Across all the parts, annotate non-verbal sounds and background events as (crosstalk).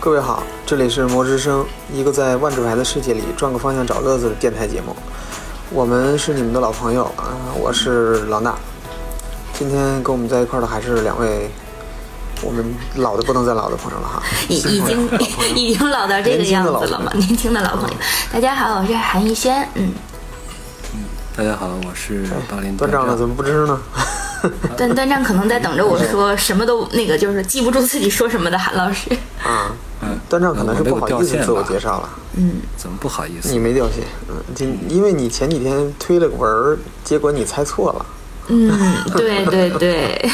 各位好，这里是魔之声，一个在万智牌的世界里转个方向找乐子的电台节目。我们是你们的老朋友啊、呃我是老衲。今天跟我们在一块儿的还是两位我们老的不能再老的朋友了哈，已已经 (laughs) 已经老到这个样子了吗？ (laughs) 年轻的老朋友，大家好，我是韩逸轩，嗯，大家好，我是八零断账了怎么不知呢？段段丈可能在等着我说什么都那个就是记不住自己说什么的韩老师，啊，嗯，断账可能是我没有不好掉意思线自我吧介绍了。怎么不好意思你？没掉线，嗯，今因为你前几天推了个文儿，结果你猜错了。嗯，对对 (laughs) 对，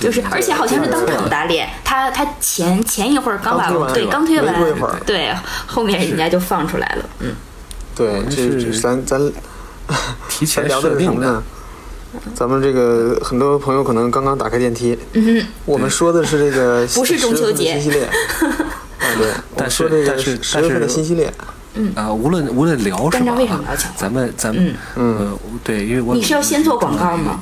就是而且好像是当场打脸，他他前前一会儿刚把刚推完对是吧刚推没过一会完儿，对，后面人家就放出来了，嗯，对，们这是这咱咱提咱前聊的设是什定么呢？咱们这个很多朋友可能刚刚打开电梯，嗯，我们说的是这个 (laughs) 不是中秋节10月份的新系列， (laughs) 啊对，我们但是说这个但是十月份的新系列，啊，无论无论聊什段章嗯么啊，为什么要抢咱们咱们呃，嗯对，因为我嗯你是要先做广告吗？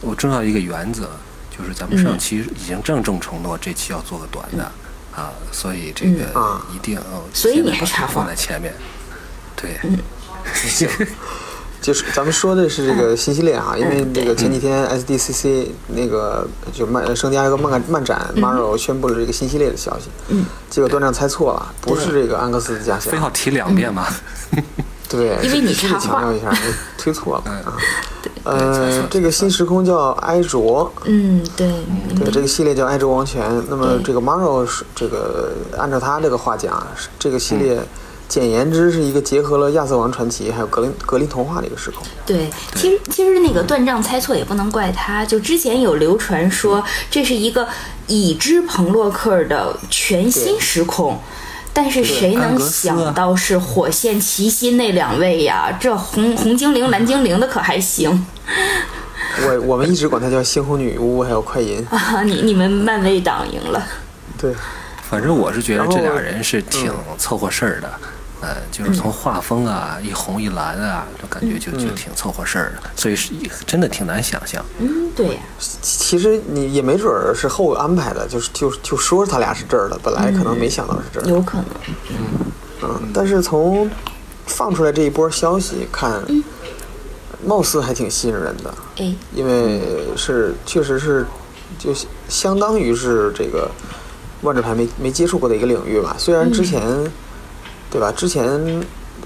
我重要一个原则就是咱嗯们上期已经郑重承诺这期要做个短的啊，所以这个啊一定要嗯所以先你把还它插话嗯放在前面，对，就是咱们说的是这个新系列啊嗯哈，因为那个前几天 SDCC 那个就漫圣地亚哥漫漫展嗯 Maro 宣布了这个新系列的消息，嗯，结果段长猜错了，不是这个安格斯的家乡 (laughs) 非，要提两遍嘛，对，因为你插话强调一 (laughs) 下，你推错了啊。嗯对猜错呃了，这个新时空叫埃卓，嗯，对，对，这个系列叫埃卓王权。那么对这个 Maro 是这个按照他这个话讲，啊是这个系嗯列简言之是一个结合了亚瑟王传奇还有格林格林童话的一个时空。对，其实其实那个断账猜错也不能怪他，就之前有流传说这是一个已知彭洛克的全新时空。但是谁能想到是火线齐心那两位呀？这红红精灵、蓝精灵的可还行我我们一直管它叫猩红女巫还有快银。啊！你你们漫威党赢了，对，反正我是觉得然后嗯这俩人是挺凑合事儿的，呃，就是从画风啊，一红一蓝啊，就感觉就嗯就挺凑合事儿的，所以是真的挺难想象。嗯，对呀、其其实你也没准儿是后安排的，就是就就说他俩是这儿的，本来可能没想到是这儿的。有可能。嗯，但是从放出来这一波消息看，嗯貌似还挺吸引人的，哎，因为是确实是就相当于是这个万智牌没没接触过的一个领域吧。虽然嗯之前，对吧？之前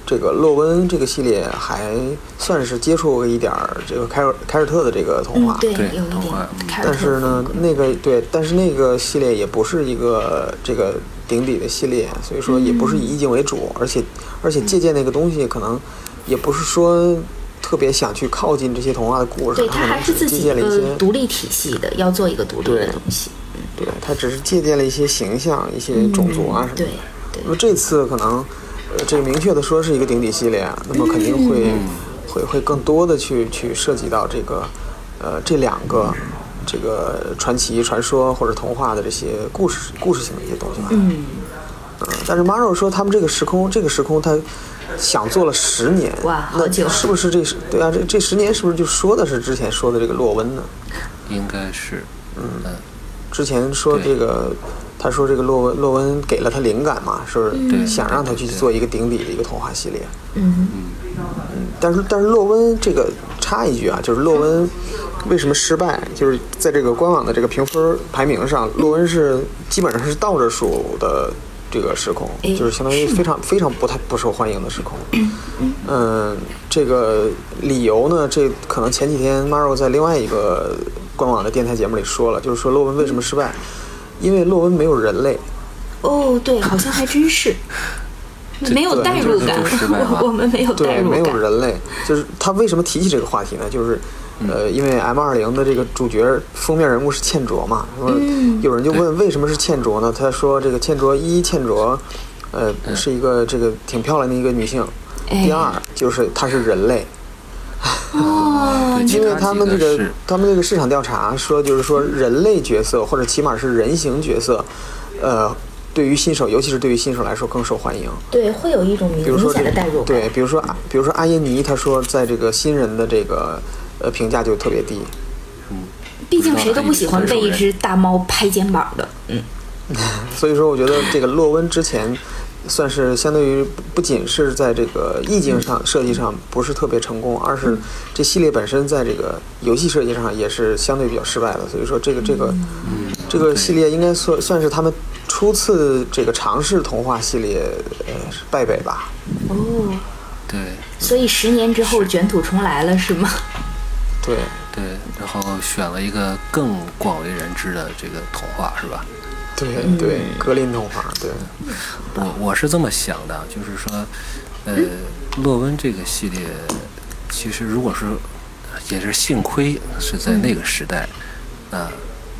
这个洛温这个系列还算是接触过一点儿这个凯尔凯尔特的这个童话嗯，，对，对有一童点话嗯。凯尔特但是呢，那个对，但是那个系列也不是一个这个顶底的系列，所以说也不是以嗯意境为主，而且而且借鉴那个东西可能也不是说特别想去靠近这些童话的故事，对它他可还能是只自己借一鉴了一些个，独立体系的，要做一个独立的对东西。对，它只是借鉴了一些形象、一些种族啊什么的。嗯对对那么这次可能，呃，这个明确的说是一个顶底系列啊，那么肯定会、嗯会会更多的去去涉及到这个，呃，这两个这个传奇、传说或者童话的这些故事故事性的一些东西吧。嗯。但是 Maro 说他们这个时空，这个时空他想做了十年，哇好那久是不是这是对啊？这这十年是不是就说的是之前说的这个洛温呢？应该是，嗯，之前说这个，他说这个洛文洛文给了他灵感嘛，是嗯对想让他去对对做一个顶底的一个童话系列。嗯，但是但是洛温这个插一句啊，就是洛温为什么失败，就是在这个官网的这个评分排名上，洛温是基本上是倒着数的这个时空，诶就是相当于非常非常不太不受欢迎的时空。嗯，这个理由呢，这可能前几天 Maro 在另外一个官网的电台节目里说了，就是说洛温为什么失败，因为洛温没有人类。哦，对，好像还真 (laughs) 是。没有代入感，就是失败嘛我我们没有代对，入没感。有人类，就是他为什么提起这个话题呢？就是，呃，因为 M 二零的这个主角封面人物是倩卓嘛，那么有人就问为什么是倩卓呢？他说这个倩卓一，倩卓，呃，是一个这个挺漂亮的一个女性，哎第二就是她是人类，哦对其嗯因为他他几们这个是他们这个市场调查说，就是说人类角色或者起码是人形角色，呃，对于新手，尤其是对于新手来说更受欢迎。 (laughs) 对，会有一种明比如明说这显的代入感。对，比如说啊比如说阿耶尼，他说在这个新人的这个呃评价就特别低，毕竟谁都不喜欢被一只大猫拍肩膀的。嗯，所以说，我觉得这个洛温之前算是相对于不仅是在这个意境上、设计上不是特别成功，而是这系列本身在这个游戏设计上也是相对比较失败的。所以说，这个这个这个系列应该算算是他们初次这个尝试童话系列呃败北吧。哦，对所以十年之后卷土重来了是吗？对，对，嗯然后选了一个更广为人知的这个童话，是吧？对对，嗯格林童话，对，我我是这么想的，就是说，呃，洛温这个系列，其实如果是也是幸亏是在那个时代，啊、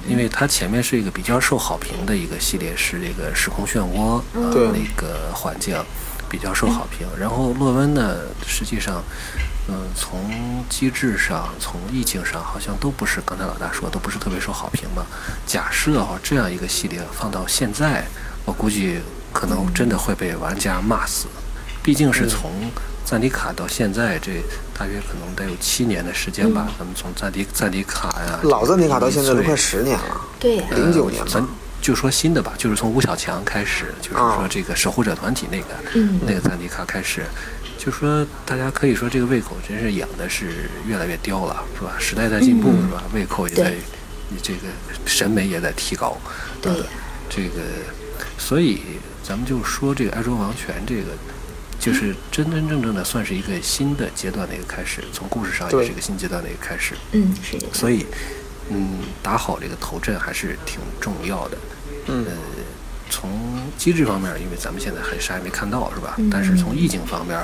因为它前面是一个比较受好评的一个系列，是这个《时空漩涡》啊、对那个环境比较受好评。然后洛温呢，实际上，嗯、从机制上、从意境上，好像都不是刚才老大说都不是特别受好评嘛。假设哈、这样一个系列放到现在，我估计可能真的会被玩家骂死。毕竟是从赞迪卡到现在，这大约可能得有七年的时间吧。咱们从赞迪赞迪卡呀，嗯老赞迪卡到现在都对快十年了， (laughs) 对呀、零九年呃咱吧。就说新的吧，就是从吴小强开始，就是哦说这个守护者团体那个、嗯那个赞迪卡开始，就说大家可以说这个胃口真是养的是越来越刁了，是吧？时代在进步，嗯是吧？胃口也在对，这个审美也在提高，对呃呀这个，所以咱们就说这个爱说王权这个。就是真真正正的算是一个新的阶段的一个开始，从故事上也对是一个新阶段的一个开始。嗯，是的，所以，嗯，打好这个头阵还是挺重要的。嗯呃，从机制方面，因为咱们现在还啥也没看到，是吧？嗯但是从意境方面，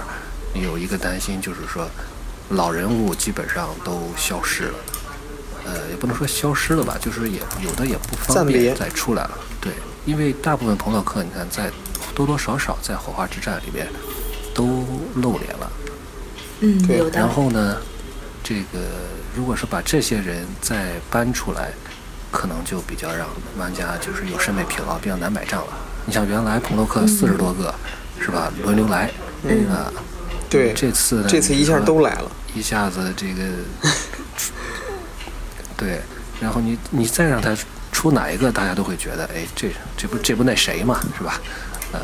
你有一个担心就是说，老人物基本上都消失了。呃，也不能说消失了吧，就是也有的也不方暂别便再出来了。对，因为大部分朋洛克，你看在多多少少在火花之战里边都露脸了。嗯，对有道然理，后呢，这个如果是把这些人再搬出来，可能就比较让玩家就是有审美疲劳，比较难买账了。你像原来朋洛克四十多个，是吧？轮流来，嗯啊，对，这次呢这次一下都来了。一下子这个， (laughs) 对，然后你你再让他出哪一个，大家都会觉得，哎，这这不这不那谁嘛，是吧？呃，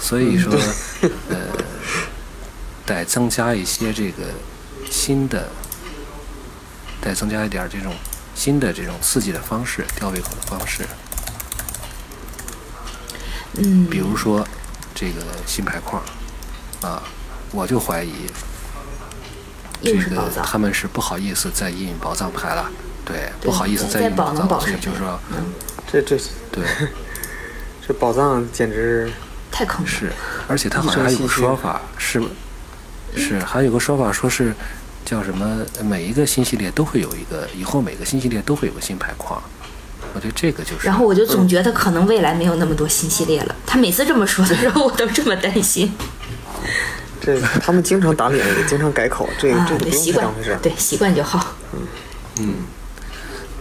所以说，呃，得增加一些这个新的，得增加一点儿这种新的这种刺激的方式，吊胃口的方式，嗯，比如说这个新牌框，啊，我就怀疑这又是个宝藏，他们是不好意思再印宝藏牌了，对，对不好意思再再印保宝能藏保嗯所以什么就是说，这这对， (laughs) 这宝藏简直太坑了，是，而且他一好像声还有唏个嘘说法是，是还有个说法说是叫什么？每一个新系列都会有一个，以后每个新系列都会有个新牌框。我觉得这个就是，然后我就总嗯觉得可能未来没有那么多新系列了。他每次这么说的时候，我都这么担心。这他们经常打脸，也经常改口，这个啊这，个不对，用习太惯当回事儿，。对，习惯就好。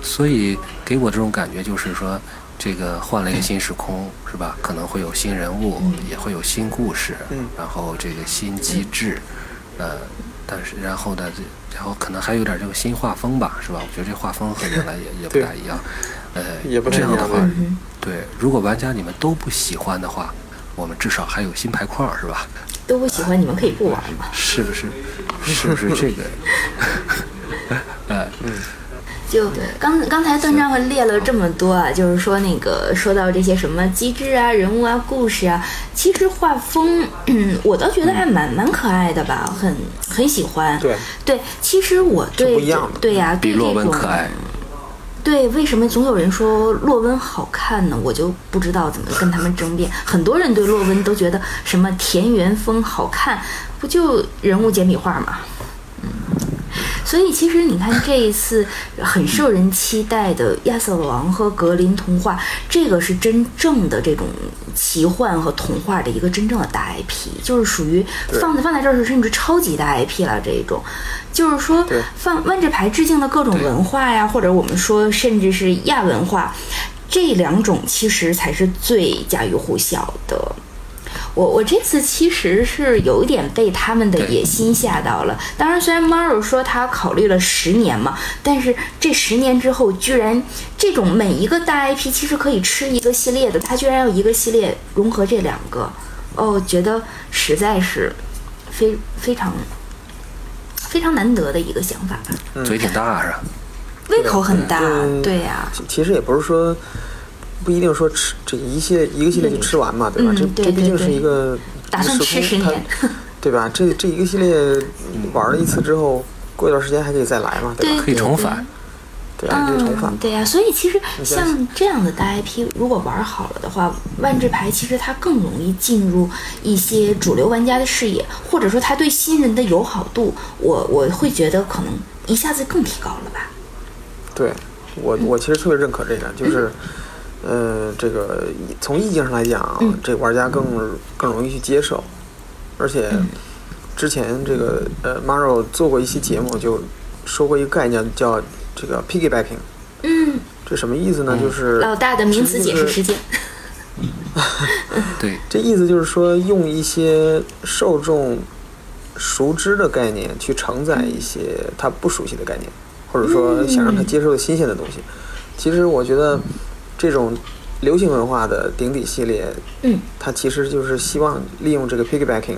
所以给我这种感觉就是说，这个换了一个新时空，是吧？可能会有新人物，也会有新故事，嗯然后这个新机制，呃，但是然后呢，这然后可能还有点这个新画风吧，是吧？我觉得这画风和原来也也不对大一样，呃，也不太这样一的样话嗯，对，如果玩家你们都不喜欢的话，我们至少还有新牌框，是吧？都不喜欢，你们可以不玩嘛。是不是？是不是这个？就刚刚才段章和列了这么多啊，就是说那个说到这些什么机制啊、人物啊、故事啊，其实画风，嗯，我倒觉得还蛮蛮可爱的吧，很很喜欢。对对，其实我对不一样的对呀、 (laughs) 嗯比对这洛种文嗯可爱。对，为什么总有人说洛温好看呢？我就不知道怎么跟他们争辩。很多人对洛温都觉得什么田园风好看，不就人物简笔画吗？所以其实你看，这一次很受人期待的《亚瑟王》和《格林童话》，这个是真正的这种奇幻和童话的一个真正的大 IP，就是属于放在放在这儿是甚至超级大 IP 了这一种。就是说对，放万智牌致敬的各种文化呀，或者我们说甚至是亚文化，这两种其实才是最家喻户晓的。我我这次其实是有一点被他们的野心吓到了。当然，虽然 Maro 说他考虑了十年嘛，但是这十年之后，居然这种每一个大 IP 其实可以吃一个系列的，他居然要一个系列融合这两个，哦，觉得实在是非非常非常难得的一个想法吧。嘴挺大啊是吧？胃口很大，嗯对啊呀、其其实也不是说不一定说吃这一系列一个系列就吃完嘛，对吧？嗯这对这毕对竟是对一个打算吃十年，它对吧？这这一个系列玩了一次之后，过一段时间还可以再来嘛，对吧？可以重返。对吧？可以重返嗯。。对呀、所以其实像像这样的大 IP，如果玩好了的话，万智牌其实它更容易进入一些主流玩家的视野，或者说它对新人的友好度，我我会觉得可能一下子更提高了吧。对，嗯我我其实特别认可这个，就是，呃，这个从意境上来讲，嗯这玩家更更容易去接受，而且嗯之前这个呃 Maro 做过一期节目，就说过一个概念叫这个 piggybacking，嗯，这什么意思呢？就是老大的名词解释时间。嗯对，这意思就是说，用一些受众熟知的概念去承载一些他不熟悉的概念，或者说想让他接受的新鲜的东西。其实我觉得，这种流行文化的顶底系列，嗯，它其实就是希望利用这个 piggybacking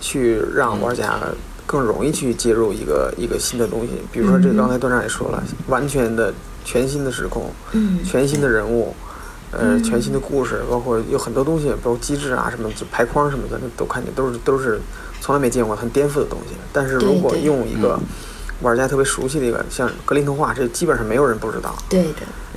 去让玩家更容易去接入一个一个新的东西。比如说，这个刚才段长也说了，完全的全新的时空，嗯全新的人物，呃，全新的故事，包括有很多东西，包括机制啊什么，就牌框什么的，都看见都是都是从来没见过很颠覆的东西。但是如对果对用一个玩家特别熟悉的一个，像格林童话，这基本上没有人不知道。对的，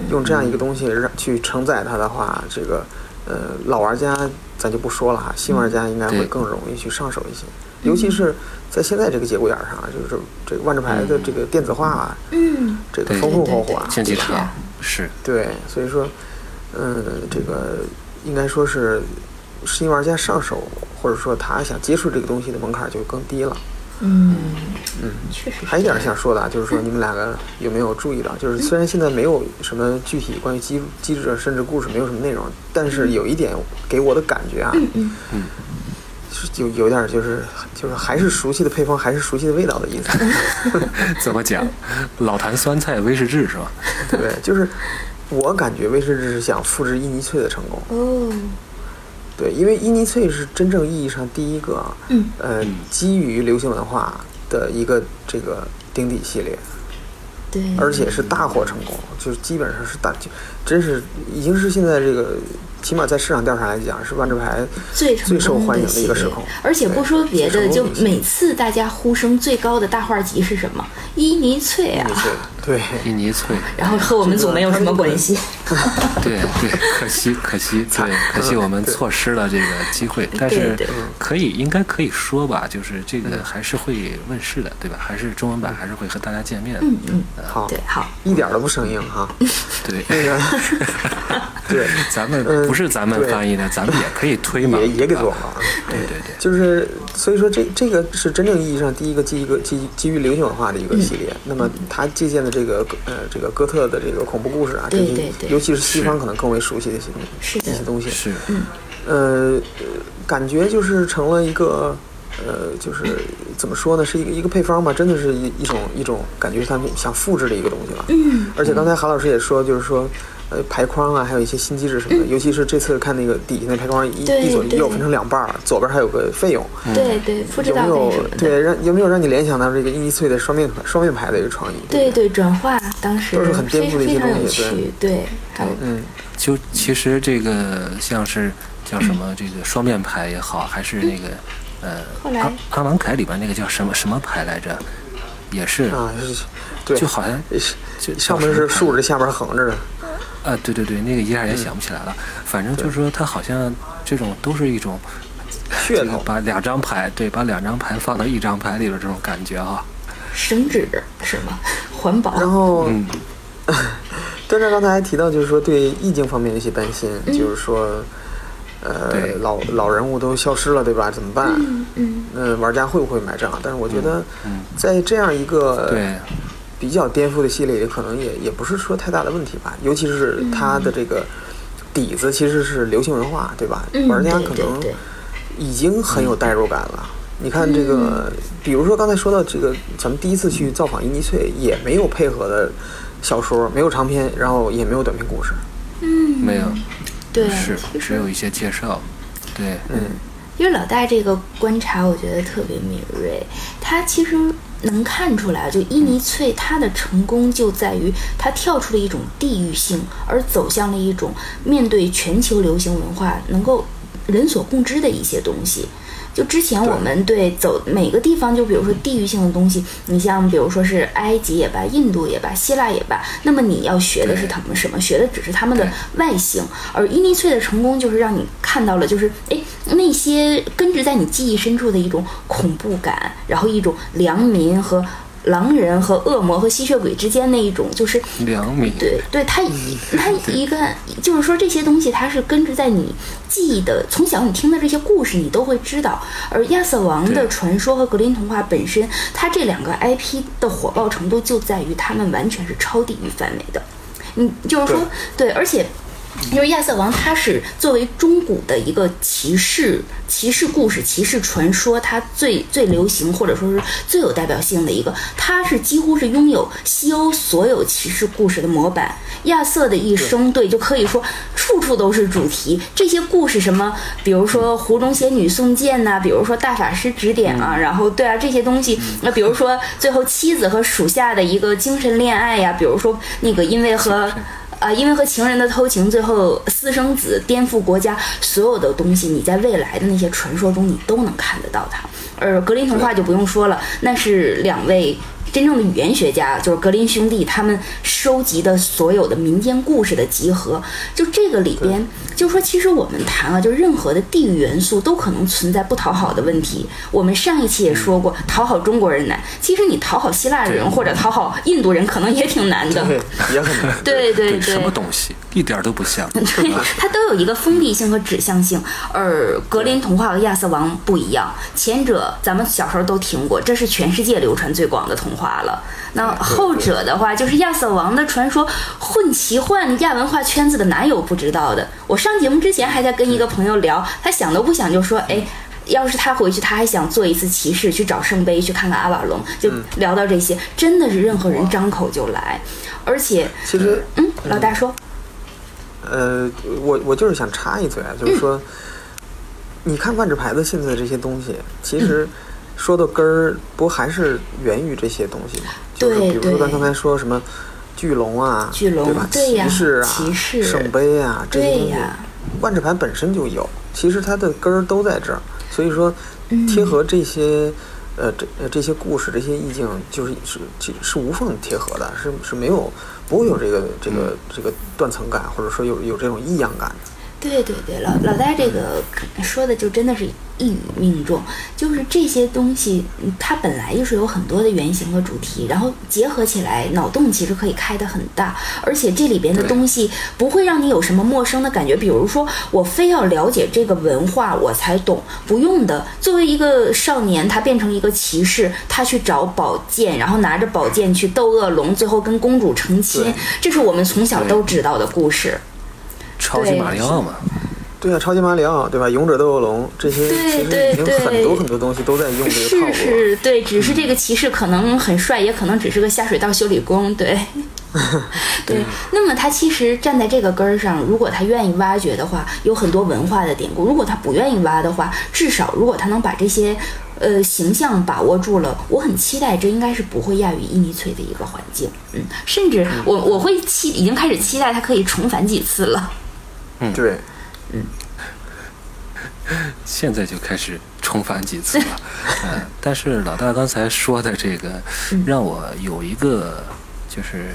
用这样一个东西让去承载它的话，这个呃老玩家咱就不说了哈，新玩家应该嗯会对更容易去上手一些，尤其是在现在这个节骨眼儿上啊，就是这个万智牌的这个电子化啊，嗯，这个对风风火对火啊，竞技是场啊是对，所以说，嗯，这个应该说是新玩家上手，或者说他想接触这个东西的门槛就更低了。嗯，确实是还有一点想说的啊，就是说你们两个有没有注意到，就是虽然现在没有什么具体关于机机制甚至故事没有什么内容，但是有一点给我的感觉啊，嗯嗯 (laughs) 是有有点就是就是还是熟悉的配方，还是熟悉的味道的意思。 (laughs) (laughs) 怎么讲？老坛酸菜威士忌是吧？对不对，就是我感觉威士忌是想复制伊尼翠的成功。哦，对，因为伊尼翠是真正意义上第一个，嗯，呃，基于流行文化的一个这个顶底系列，对，而且是大获成功，就是基本上是大，就真是已经是现在这个，起码在市场调查来讲，是万智牌最成最受功欢迎的系一个列时空。而且不说别的，对最就成功的一个系列每次大家呼声最高的大话集是什么？伊尼翠伊啊尼，翠，对，印尼脆，然后和我们组没有什么关系。对对， (laughs) 可惜可惜， (laughs) 对可惜我们错失了这个机会，但是对对可以应该可以说吧，就是这个还是会问世的，对吧？还是中文版还是会和大家见面的，嗯嗯，好，对，好，一点都不生硬 (laughs) 哈，那对。个，对，咱们嗯不是咱们对翻译的，咱呃们也可以推嘛，也也给做啊了。对对对，就是所以说这这个是真正意义上第一个基于一个基于基于流行文化的一个系列。那么它借鉴的这个呃这个哥特的这个恐怖故事啊，这对些对对尤其是西方可能更为熟悉的一些是的一些东西，是呃，感觉就是成了一个。呃，就是怎么说呢，是一个一个配方吧，真的是一一种一种感觉，是他们想复制的一个东西了。嗯。而且刚才韩老师也说，就是说，呃，牌框啊，还有一些新机制什么的，尤其是这次看那个底下那牌框一嗯对一左一右对分成两半儿，左边还有个费用。嗯对对，不知有道没干什有么的。对让有没有让你联想到这个印尼翠的双面双面牌的一个创意？对不对，对，转化当时都是很颠非覆的一些非常东有西趣，对，还有嗯，就其实这个像是叫什么这个双面牌也好，还是那个呃嗯后来阿阿王凯里边那个叫什么什么牌来着，也是啊，是对，就好像是就上面是竖着，下面横 (laughs) 着的，啊，对对对，那个一下也想不起来了。反正就是说，它好像这种都是一种噱头把两张牌对，把两张牌放到一张牌里边这种感觉哈、绳纸是吗？ (laughs) 环保，然后，嗯 (laughs) 端正刚才还提到，就是说对意境方面有些担心，嗯就是说，呃对，老老人物都消失了，对吧？怎么办？嗯，那玩家会不会买账？但是我觉得，在这样一个对比较颠覆的系列里，可能也也不是说太大的问题吧。尤其是它的这个底子其实是流行文化，对吧？嗯玩家对可对能对已经很有代入感了。你看这嗯个，比如说刚才说到这个，咱们第一次去造访伊尼翠，也没有配合的小说，没有长篇，然后也没有短篇故事。没有，嗯对，是其只实有一些介绍，对，因为老大这个观察，我觉得特别敏锐。他其实能看出来，就伊尼翠他的成功就在于他跳出了一种地域性，而走向了一种面对全球流行文化能够人所共知的一些东西。就之前我们对走每个地方，就比如说地域性的东西，你像比如说是埃及也罢，印度也罢，希腊也罢，那么你要学的是他们什么？学的只是他们的对外形。而伊尼翠的成功就是让你看到了，就是哎那些根植在你记忆深处的一种恐怖感，然后一种良民和狼人和恶魔和吸血鬼之间那一种就是两米，对对，它一它一个就是说这些东西，它是根植在你记忆的，从小你听的这些故事，你都会知道。而亚瑟王的对传说和格林童话本身，它这两个 IP 的火爆程度就在于它们完全是超地域范围的。嗯，就是说对，而且。就是亚瑟王，他是作为中古的一个骑士、骑士故事、骑士传说，它最最流行或者说是最有代表性的一个，它是几乎是拥有西欧所有骑士故事的模板。亚瑟的一生，对，就可以说处处都是主题。这些故事什么，比如说湖中仙女送剑呐、比如说大法师指点啊，然后对啊这些东西，那比如说最后妻子和属下的一个精神恋爱呀、比如说那个因为和。啊，因为和情人的偷情，最后私生子颠覆国家所有的东西，你在未来的那些传说中，你都能看得到它。而格林童话就不用说了，那是两位真正的语言学家，就是格林兄弟他们收集的所有的民间故事的集合。就这个里边，就说其实我们谈啊，就任何的地域元素都可能存在不讨好的问题。我们上一期也说过，讨好中国人难，其实你讨好希腊人或者讨好印度人，可能也挺难的。对，也很难。对对对，什么东西一点儿都 (laughs) 不像，啊对，它都有一个封闭性和指向性。而格林童话和亚瑟王不一样，前者咱们小时候都听过，这是全世界流传最广的童话了。那后者的话，就是亚瑟王的传说混奇幻亚文化圈子的，哪有不知道的？我上节目之前还在跟一个朋友聊，他想都不想就说，哎。要是他回去，他还想做一次骑士，去找圣杯，去看看阿瓦隆，就聊到这些，真的是任何人张口就来，而且，其实嗯，老大说，呃，我我就是想插一嘴啊，就是说，你看万智牌的现在这些东西，其嗯实说到根儿，不还是源于这些东西吗？就是对比如说咱对刚才说什么巨龙啊，巨龙对吧？对呀骑士啊，骑士圣杯啊，这些东对西呀、，万智牌本身就有，其实它的根儿都在这儿，所以说嗯贴合这些。呃，这呃这些故事、这些意境，就是是是是无缝贴合的，是是没有不会有这个这个这个断层感，或者说有有这种异样感的。对对对，老老大这个说的就真的是一语命中，就是这些东西嗯它本来就是有很多的原型和主题，然后结合起来，脑洞其实可以开得很大，而且这里边的对东西不会让你有什么陌生的感觉。比如说，我非要了解这个文化我才懂，不用的。作为一个少年，他变成一个骑士，他去找宝剑，然后拿着宝剑去斗恶龙，最后跟公主成亲对，这是我们从小都知道的故事。超级马里奥嘛，对啊，超级马里奥，对吧？勇者斗恶龙这些，对其实对已经对很多很多东西都在用这个套是路。啊是，对，只是这个骑士可能很帅，也可能只是个下水道修理工，对。对，那么他其实站在这个根儿上，如果他愿意挖掘的话，有很多文化的典故；如果他不愿意挖的话，至少如果他能把这些呃形象把握住了，我很期待这应该是不会亚于伊尼翠的一个环境。嗯，甚至我我会期已经开始期待他可以重返几次了。对，现在就开始重返几次了。呃，但是老大刚才说的这个，让我有一个就是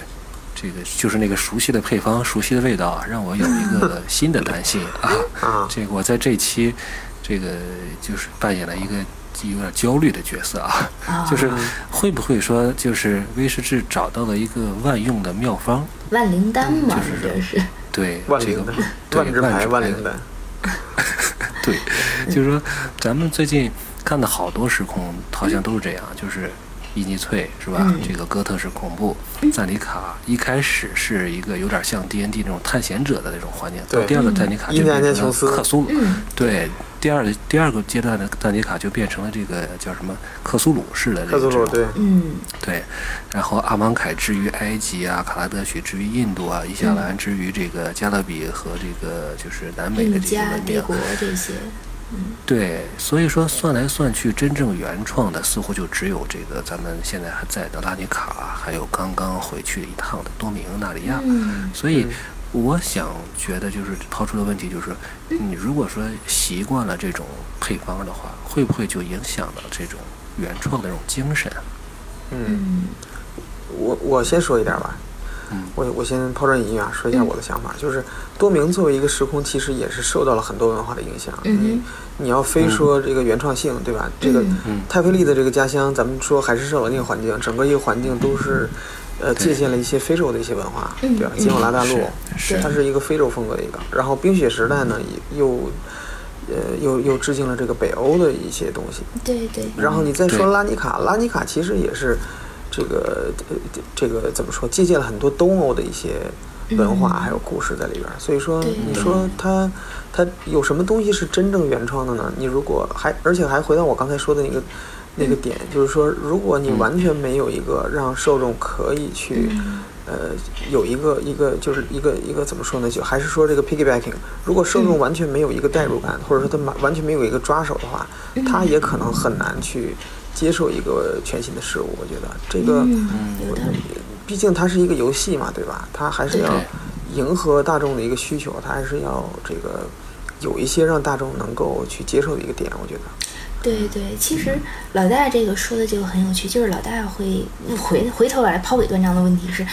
这个就是那个熟悉的配方、熟悉的味道啊，让我有一个新的担心啊。啊这个我在这期这个就是扮演了一个。有点焦虑的角色啊，就是会不会说，就是威士忌找到了一个万用的妙方，万灵丹嘛，嗯就是这是对万这个灵的，对万智牌，万灵的， (laughs) 对，就是说咱们最近看的好多时空好像都是这样，就是伊尼翠是吧？嗯这个哥特式恐怖，赞尼卡一开始是一个有点像 D N D 那种探险者的那种环境，对到第二个赞尼卡伊就奈变涅成琼了斯克苏鲁，嗯对，第二第二个阶段的赞尼卡就变成了这个叫什么克苏鲁式的这克苏个这种鲁对，嗯对，然后阿芒凯之于埃及啊，卡拉德许之于印度啊，伊夏兰之于这个加勒比和这个就是南美的嗯印这些加文帝明。啊国这些，对，所以说算来算去，真正原创的似乎就只有这个咱们现在还在的拉尼卡啊，还有刚刚回去一趟的多米格纳利亚。嗯所以我想觉得就是抛出的问题就是，你如果说习惯了这种配方的话，会不会就影响了这种原创的这种精神啊？嗯，嗯我我先说一点吧嗯。我我先抛砖引玉啊，说一下我嗯的想法，就是多明作为一个时空，其实也是受到了很多文化的影响。嗯哼你你要非说这个原创性，对吧？这个嗯泰菲利的这个家乡，咱们说还是受了那个环境，整个一个环境都是，呃，借鉴了一些非洲的一些文化，嗯对吧？嗯金瓦拉大陆，是它是一个非洲风格的一个。然后冰雪时代呢，也又，呃，又又致敬了这个北欧的一些东西。对对，然后你再说对拉尼卡，拉尼卡其实也是这个呃这个怎么说，借鉴了很多东欧的一些文化还有故事在里边儿。所以说，对你说它它有什么东西是真正原创的呢？你如果还而且还回到我刚才说的那个那嗯个点，就是说，如果你完全没有一个让受众可以去。嗯呃，有一个一个就是一个一个怎么说呢？就还是说这个 piggybacking，如果嗯受众完全没有一个代入感，或者说他完完全没有一个抓手的话，嗯他也可能很难去接受一个全新的事物。我觉得这个，嗯，有道理，毕竟它是一个游戏嘛，对吧？它还是要对迎合大众的一个需求，它还是要这个有一些让大众能够去接受的一个点。我觉得，对对，其实老大这个说的就很有趣，就是老大会回回头来抛给段章的问题是。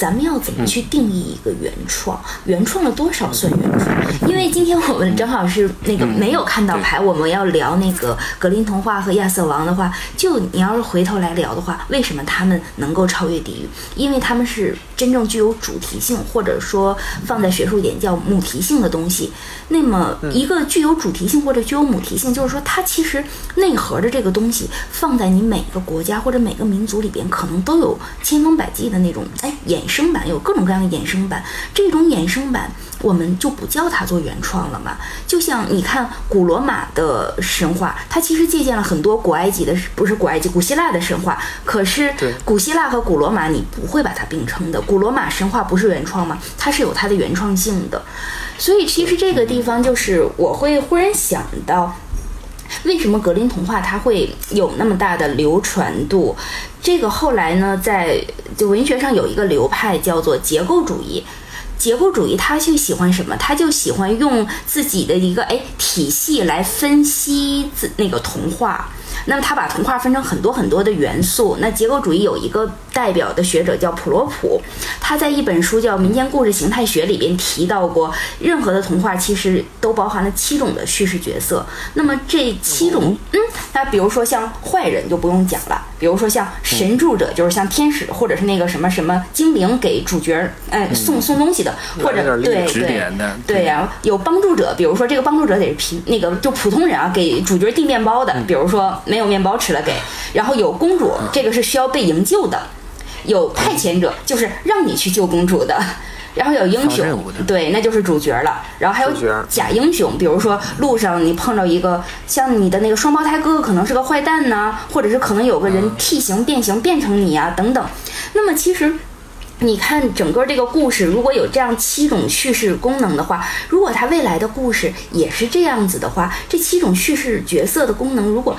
咱们要怎么去定义一个原创？原创了多少算原创？因为今天我们正好是那个没有看到牌，我们要聊那个格林童话和亚瑟王的话，就你要是回头来聊的话，为什么他们能够超越地狱？因为他们是真正具有主题性，或者说放在学术点叫母题性的东西。那么一个具有主题性或者具有母题性，就是说它其实内核的这个东西放在你每个国家或者每个民族里边，可能都有千方百计的那种哎衍生版，有各种各样的衍生版。这种衍生版我们就不叫它做原创了嘛。就像你看古罗马的神话，它其实借鉴了很多古埃及的，不是古埃及，古希腊的神话。可是对古希腊和古罗马你不会把它并称的。古罗马神话不是原创吗？它是有它的原创性的。所以其实这个地方就是我会忽然想到。为什么格林童话它会有那么大的流传度？这个后来呢，在就文学上有一个流派叫做结构主义。结构主义，他就喜欢什么？他就喜欢用自己的一个哎体系来分析自那个童话。那么他把童话分成很多很多的元素。那结构主义有一个代表的学者叫普罗普，他在一本书叫《民间故事形态学》里边提到过，任何的童话其实都包含了七种的叙事角色。那么这七种，哦嗯，那比如说像坏人就不用讲了，比如说像神助者，就是像天使或者是那个什么什么精灵给主角儿哎送送东西的，或嗯有点者对励指对点的对呀、嗯有帮助者，比如说这个帮助者得是平那个就普通人啊，给主角递面包嗯的，比如说没有面包吃了给，然后有公主，这个是需要被营救的，有派嗯遣者，就是让你去救公主的。然后有英放雄任务的，对，那就是主角了。然后还有主角假英雄，比如说路上你碰到一个像你的那个双胞胎哥哥，可能是个坏蛋呐、或者是可能有个人替形变形变成你啊等等。那么其实。你看整个这个故事，如果有这样七种叙事功能的话，如果它未来的故事也是这样子的话，这七种叙事角色的功能如果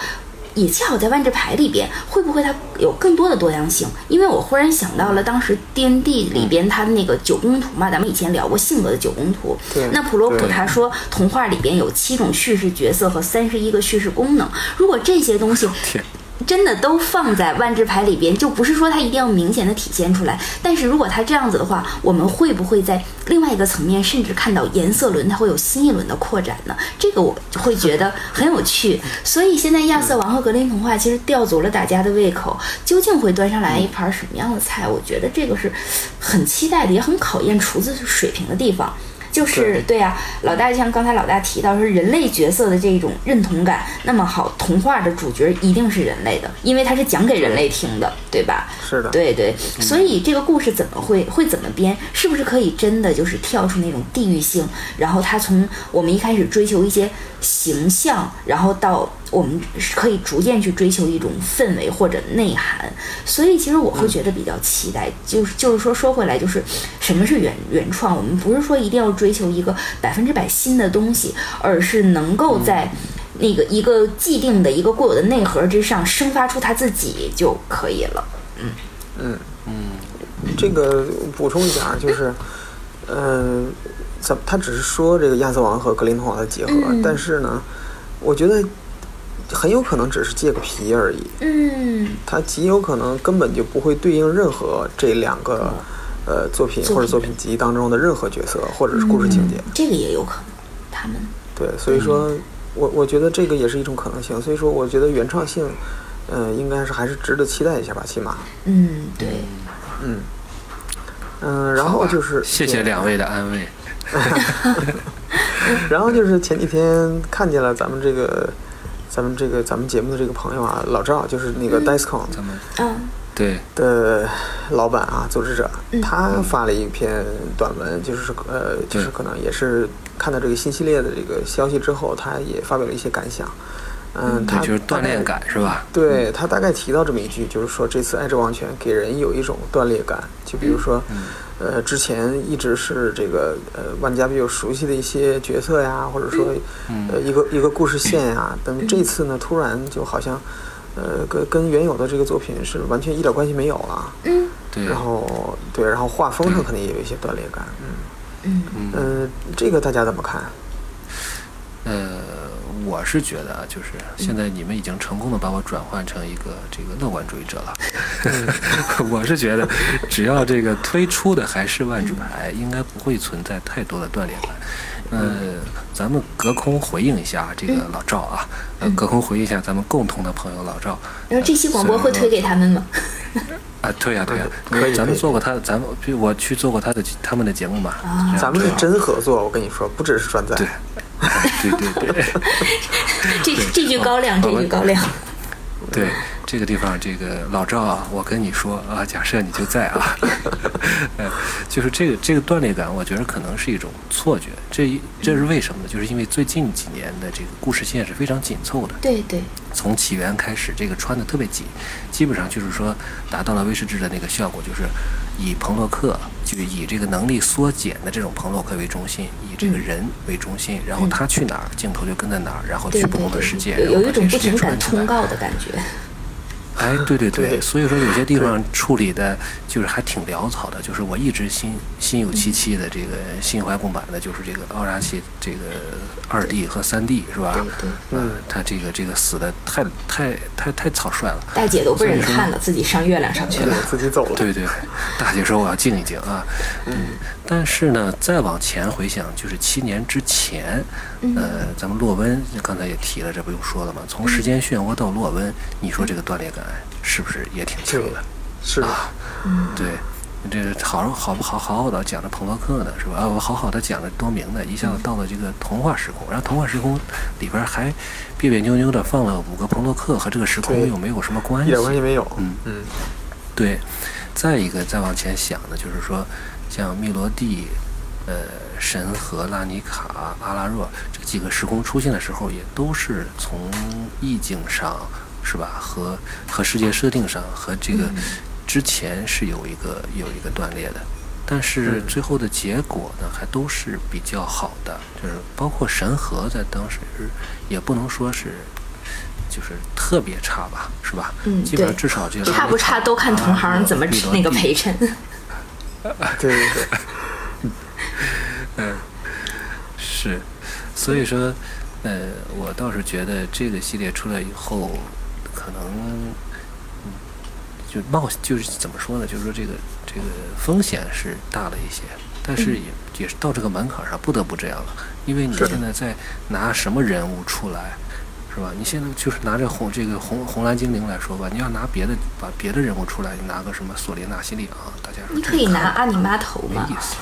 也恰好在万智牌里边，会不会它有更多的多样性？因为我忽然想到了当时 D N D 里边它那个九宫图嘛，咱们以前聊过性格的九宫图对。那普罗普对他说童话里边有七种叙事角色和三十一个叙事功能，如果这些东西 (laughs) 天真的都放在万智牌里边，就不是说它一定要明显的体现出来。但是如果它这样子的话，我们会不会在另外一个层面，甚至看到颜色轮它会有新一轮的扩展呢？这个我会觉得很有趣。所以现在亚瑟王和格林童话其实吊足了大家的胃口，究竟会端上来一盘什么样的菜？我觉得这个是很期待的，也很考验厨子水平的地方。就是对呀、老大就像刚才老大提到说，人类角色的这种认同感那么好，童话的主角一定是人类的，因为它是讲给人类听的，对吧？是的，对对，所以这个故事怎么会会怎么编？是不是可以真的就是跳出那种地域性，然后他从我们一开始追求一些形象，然后到我们是可以逐渐去追求一种氛围或者内涵。所以其实我会觉得比较期待，就是就是说说回来，就是什么是原原创？我们不是说一定要追求一个百分之百新的东西，而是能够在。那个一个既定的一个固有的内核之上，生发出它自己就可以了。嗯嗯这个补充一下，就是，嗯、怎他只是说这个亚瑟王和格林童话的结合，嗯但是呢，我觉得很有可能只是借个皮而已，嗯，它极有可能根本就不会对应任何这两个、呃作品嗯作品或者作品集当中的任何角色或者是故事情节。这个也有可能，他们对，所以说，嗯我我觉得这个也是一种可能性。所以说，我觉得原创性，呃，应该是还是值得期待一下吧，起码，嗯，对，嗯。嗯，然后就是谢谢两位的安慰。然后就是前几天看见了咱们这个，咱们这个咱们节目的这个朋友啊，老赵，就是那个 DICECON 咱们嗯对，的老板啊，组织者嗯，他发了一篇短文，就是呃，嗯就是可能也是看到这个新系列的这个消息之后，他也发表了一些感想。嗯，对，他就是大锻概炼感是吧？对他大概提到这么一句，就是说这次爱之王权给人有一种断裂感，就比如说，呃，之前一直是这个呃玩家比较熟悉的一些角色呀，或者说呃一个一个故事线呀，但这次呢，突然就好像，呃，跟跟原有的这个作品是完全一点关系没有了。嗯对，然后对，然后画风上可能也有一些断裂感。嗯嗯，呃，这个大家怎么看？呃，我是觉得啊，就是现在你们已经成功的把我转换成一个这个乐观主义者了。嗯 (laughs) 我是觉得，只要这个推出的还是万智牌，应该不会存在太多的断裂感。嗯呃，咱们隔空回应一下这个哎老赵啊，嗯呃，隔空回应一下咱们共同的朋友老赵。然后这期广播会推给他们吗？啊，对呀、对呀、可以咱可们以做过他，咱们就我去做过他的他们的节目嘛。啊咱们是真合作，我跟你说，不只是转载。 (laughs) 对， (laughs) 对对对。 (laughs) 这这句高亮，这句高亮，对这个地方，这个老赵啊，我跟你说啊，假设你就在啊，呃，就是这个这个断裂感，我觉得可能是一种错觉。这一这是为什么呢？就是因为最近几年的这个故事线是非常紧凑的，对对，从起源开始，这个穿的特别紧，基本上就是说达到了威士忌的那个效果，就是以彭洛克，就以这个能力缩减的这种彭洛克为中心，以这个人为中心，然后他去哪儿，镜头就跟在哪儿，然后对去不对同的世界，对，有然有一后把这种个不世界停串赶起来通告的感觉，哎，对对对，对所以说有些地方处理的就是还挺潦草的，就是我一直心心有戚戚的，这个心怀不满的，就是这个奥扎奇这个二弟和三弟是吧？对对嗯，他这个这个死的太太太太草率了。大姐都不忍看了，自己上月亮上去对了。，自己走了。对 (laughs) 对，大姐说我要静一静啊。嗯，但是呢，再往前回想，就是七年之前，呃，咱们洛温刚才也提了，这不用说了嘛。从时间漩涡到洛温，你说这个断裂感是不是也嗯挺强的？是的，对，这个好好不好好好的讲着彭洛克呢，是吧？啊，我好好的讲着多明呢，一下子到了这个童话时空，然后童话时空里边还别别扭扭的放了五个彭洛克，和这个时空对又没有什么关一系？点关系没有。嗯嗯，对，再一个再往前想呢，就是说像密罗蒂、呃神和拉尼卡、阿拉若这几个时空出现的时候，也都是从意境上是吧，和和世界设定上和这个嗯之前是有一个有一个断裂的。但是最后的结果呢，还都是比较好的，就是包括神和在当时也不能说是，就是特别差吧，是吧？嗯基本上对至少这个差不差都看同嗯行怎么吃那个陪赔。衬。 (laughs) 对对对。嗯，是，所以说，呃，我倒是觉得这个系列出来以后，可能，嗯，就冒就是怎么说呢？就是说这个这个风险是大了一些，但是也、也是到这个门槛上，不得不这样了，因为你是的现在在拿什么人物出来？是吧？你现在就是拿这红这个红红蓝精灵来说吧，你要拿别的把别的人啊物出来，你拿个什么索琳娜、西里昂，大家说你这可以看拿阿尼妈头没嘛意，思。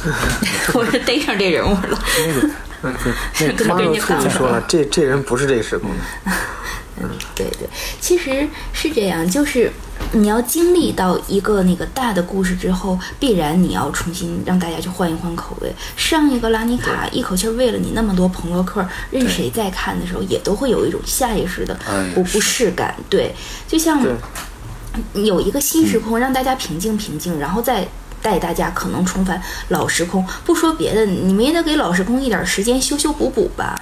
(laughs) 我是逮上这人物了。那个 (laughs) 那个那个怎么马跟若你处杠就说了，这这人不是这个时嗯空的。对对，其实是这样，就是你要经历到一个那个大的故事之后，必然你要重新让大家去换一换口味。上一个拉尼卡一口气儿喂了你那么多朋洛克，任谁在看的时候也都会有一种下意识的哎不不适感。对，就像对，有一个新时空，让大家平静平静，然后再带大家可能重返老时空。不说别的，你们也得给老时空一点时间修修补补吧。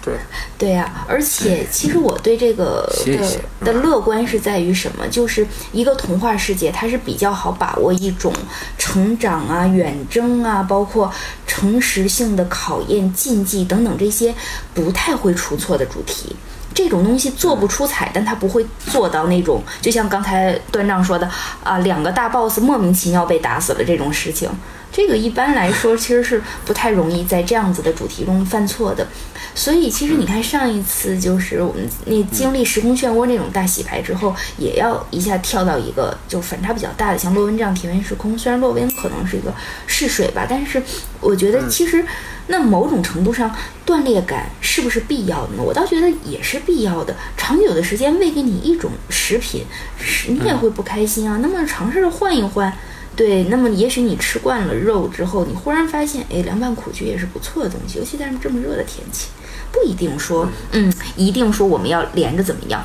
对，对呀、而且其实我对这个哎谢谢的的乐观是在于什么？就是一个童话世界，它是比较好把握一种成长啊、远征啊，包括诚实性的考验、禁忌等等这些不太会出错的主题。这种东西做不出彩，但它不会做到那种，就像刚才段丈说的啊，两个大 boss 莫名其妙被打死了这种事情。这个一般来说其实是不太容易在这样子的主题中犯错的，所以其实你看上一次就是我们那经历时空漩涡那种大洗牌之后，也要一下跳到一个就反差比较大的，像洛温这样田园时空，虽然洛温可能是一个试水吧，但是我觉得其实那某种程度上断裂感是不是必要的呢？我倒觉得也是必要的，长久的时间喂给你一种食品，是你也会不开心啊。那么尝试着换一换。对，那么也许你吃惯了肉之后，你忽然发现，哎，凉拌苦菊也是不错的东西，尤其在这么热的天气，不一定说，嗯，一定说我们要连着怎么样，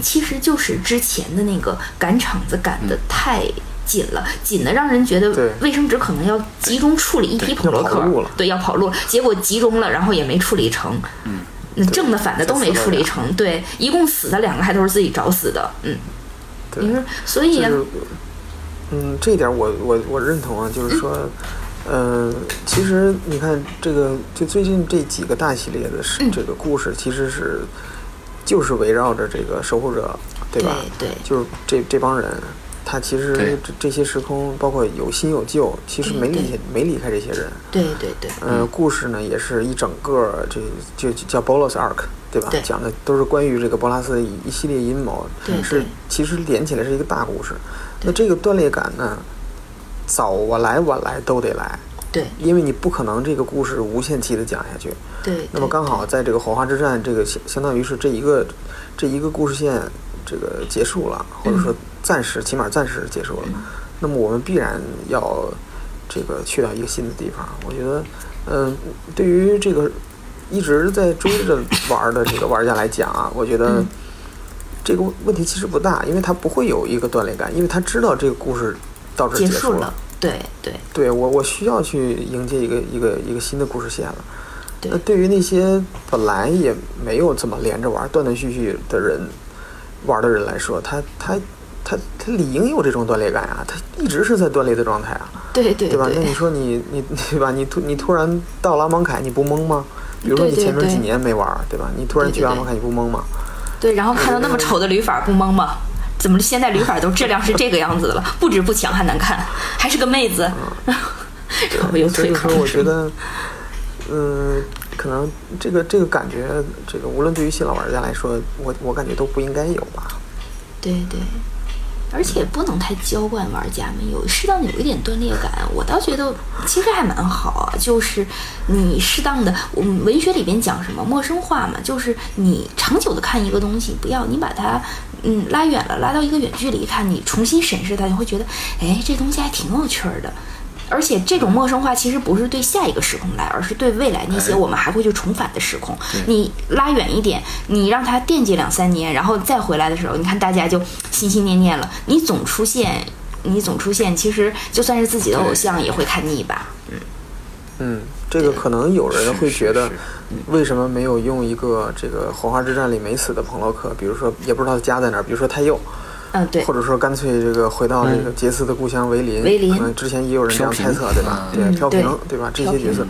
其实就是之前的那个赶场子赶得太紧了，紧的让人觉得对卫生纸可能要集中处理一批普罗要克跑路了，对，要跑路，结果集中了，然后也没处理成，嗯，那正的反的都没处理成，对，一共死的两个还都是自己找死的，嗯，对你说，所以啊就是，嗯，这一点我我我认同啊，就是说，嗯、其实你看这个，就最近这几个大系列的嗯是、这个故事，其实是就是围绕着这个守护者，对吧？对对就是这这帮人，他其实对这这些时空，包括有新有旧，其实对没嗯对离没离开这些人。对对对，嗯、故事呢也是一整个这就就叫 Bolos Arc，对吧？对讲的都是关于这个波拉斯的一一系列阴谋，对是对其实连起来是一个大故事。那这个断裂感呢，早我来晚来都得来，对因为你不可能这个故事无限期的讲下去。对，那么对刚好在这个火花之战，这个相相当于是这一个这一个故事线这个结束了，嗯或者说暂时、起码暂时结束了。那么我们必然要这个去到一个新的地方。我觉得，嗯、对于这个一直在追着玩儿的这个玩家来讲嗯啊，我觉得这个问题其实不大，因为他不会有一个断裂感，因为他知道这个故事到这儿结束束了，对对对我，我需要去迎接一个一个一个新的故事线了。对那对于那些本来也没有怎么连着玩、断断续续的人玩的人来说，他他他他理应有这种断裂感啊，他一直是在断裂的状态啊，对对吧？那你说你你对吧？你突你突然到拉芒凯，你不懵吗？比如说对你前对面几对年没玩儿，对吧？你突然对去对拉对芒凯，你不懵吗？对，然后看到那么丑的旅法不懵吗？怎么现在旅法都质量是这个样子的了？不止不强，还难看，还是个妹子， (laughs) 然后又嗯所退以坑说，。我觉得，嗯，可能这个这个感觉，这个无论对于新老玩家来说，我我感觉都不应该有吧。对对，而且不能太娇惯玩家们，有适当的有一点断裂感，我倒觉得其实还蛮好啊。就是你适当的，我们文学里边讲什么陌生化嘛，就是你长久的看一个东西，不要你把它嗯拉远了，拉到一个远距离看，你重新审视它，你会觉得，哎，这东西还挺有趣儿的。而且这种陌生化其实不是对下一个时空来，而是对未来那些我们还会去重返的时空。你拉远一点，你让它惦记两三年，然后再回来的时候，你看大家就心心念念了。你总出现，你总出现，其实就算是自己的偶像也会看腻吧。嗯，这个可能有人会觉得，为什么没有用一个这个《火花之战》里没死的彭洛克？比如说，也不知道他家在哪儿，比如说太佑，嗯，对或，者说干脆这个回到这个杰斯的故乡维林。维林可能之前也有人这样猜测，对飘萍吧啊？对，飘对萍，对吧？这些角色，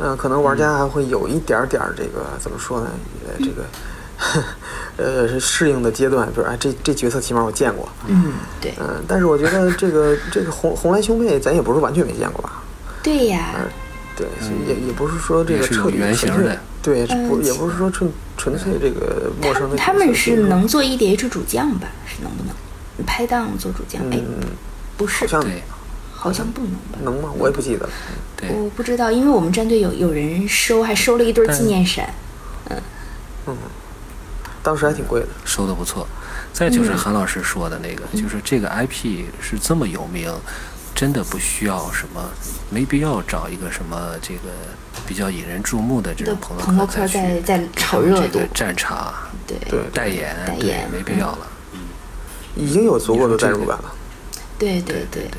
嗯，可能玩家还会有一点儿点儿这个怎么说呢？呃，这个。 (laughs) 呃，是适应的阶段，比如哎，这这角色起码我见过，嗯，对，嗯、但是我觉得这个这个红红蓝兄妹咱也不是完全没见过吧，对呀，对，所以也也不是说这也个是有彻底原纯型粹的对，嗯不也不是说纯纯粹这个陌生的他角们色是进入能做 EDH 主将吧？是能不能？拍档做主将？哎，嗯，不是好，像嗯对，好像不能吧？能吗？我也不记得了。对，我不知道，因为我们战队有有人收，还收了一对纪念闪。当时还挺贵的。收的不错。再嗯就是韩老师说的那个，就是这个 IP 是这么有名，真的不需要什么，没必要找一个什么这个比较引人注目的这种朋朋洛洛克克去在在炒热这度个，战场对对，代言，代对言，嗯没必要了。已经有足够的代入感了。对对对对对，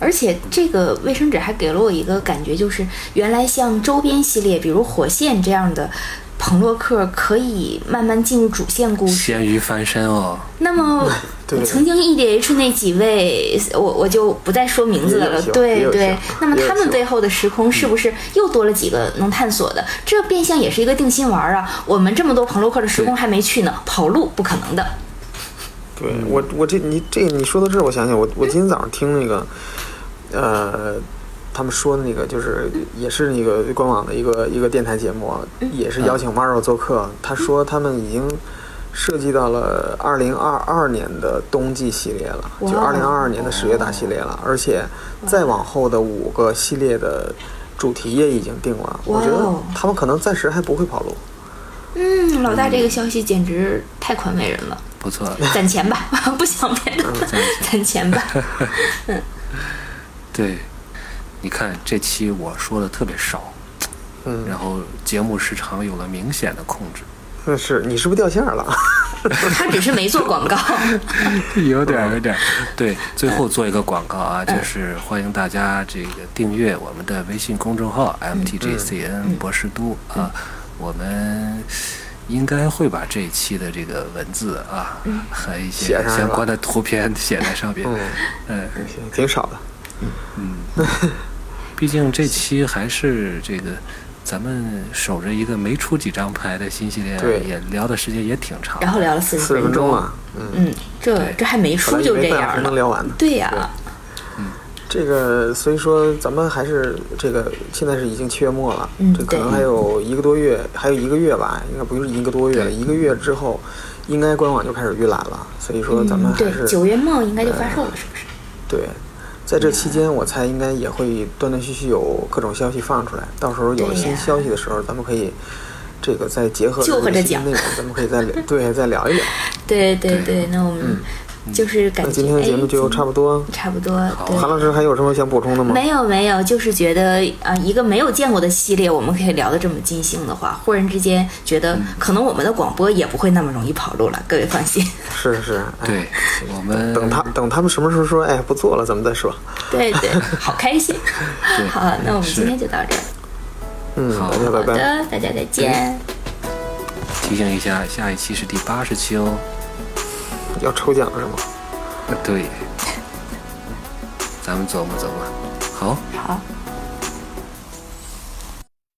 而且这个卫生纸还给了我一个感觉，就是原来像周边系列，比如火线这样的朋洛克，可以慢慢进入主线故事。咸鱼翻身哦， (laughs) 那么对曾经 EDH 那几位，我我就不再说名字也有了。呃希望也对有希对望，那么也有他希们望背后的时空是不是又多了几个能探索的？这变相也是一个定心丸儿啊！我们这么多朋洛克的时空还没去呢，跑路不可能的。对我，我这你这你说到这儿，我想起我我今天早上听那个，呃，他们说那个就是也是那个官网的一个一个电台节目啊，嗯也是邀请 Maro 做客，他说他们已经设计到了二零二二年的冬季系列了，就哇二零二二年的十月大系列了，而且再往后的五个系列的主题也已经定了，我觉哇得哦他们可能暂时还不会跑路。嗯，老大这个消息简直太宽慰人了。不错。 (laughs) 攒钱吧，不想别嗯的， (laughs) 攒钱吧。 (laughs) 对，你看这期我说的特别少，嗯，然后节目时长有了明显的控制，那是你是不是掉线儿了？他只是没做广告。 (laughs) (laughs) 有点 (laughs) 儿有点儿。对，最后做一个广告啊，嗯就是欢迎大家这个订阅我们的微信公众号嗯 MTGCN 博士都啊，我们。应该会把这一期的这个文字啊，和一嗯些写上是吧相关的图片 (laughs) 写在上面。嗯，行挺少的。 (laughs) 毕竟这期还是这个，咱们守着一个没出几张牌的新系列，对也聊的时间也挺长。然后聊了四十四十分分钟，钟了，嗯，嗯，这对这还没本出来以就这为半小时样能了。聊完呢。对呀、这个，所以说咱们还是这个，现在是已经七月末了，嗯这可能对还有一个多月，还有一个月吧，应该不是一个多月了，一个月之后，应该官网就开始预览了。所以说咱们嗯，还对是、，呃九月末应该就发售了，是不是？对，在这期间，我猜应该也会断断续续有各种消息放出来，到时候有了对呀新消息的时候，咱们可以这个再结合就和这着个新讲内容，咱们可以再 (laughs) 聊对再聊一聊。对对对，那我们就是嗯感那觉今天的节目就差不多哎，差不多，韩对。老师还有什么想补充的吗？没有没有，就是觉得啊、呃一个没有见过的系列，我们可以聊得这么尽兴的话，忽然之间觉得嗯可能我们的广播也不会那么容易跑路了，各位放心。 (laughs) 是是，哎 (laughs) 对，我们等他等他们什么时候说哎不做了，咱们再说。对对，好开心。对好，那我们是今天就到这儿。嗯，好大家拜好拜。的，大家再见。提醒一下，下一期是第八十期哦。要抽奖是吗？对，咱们琢磨琢磨。好，好，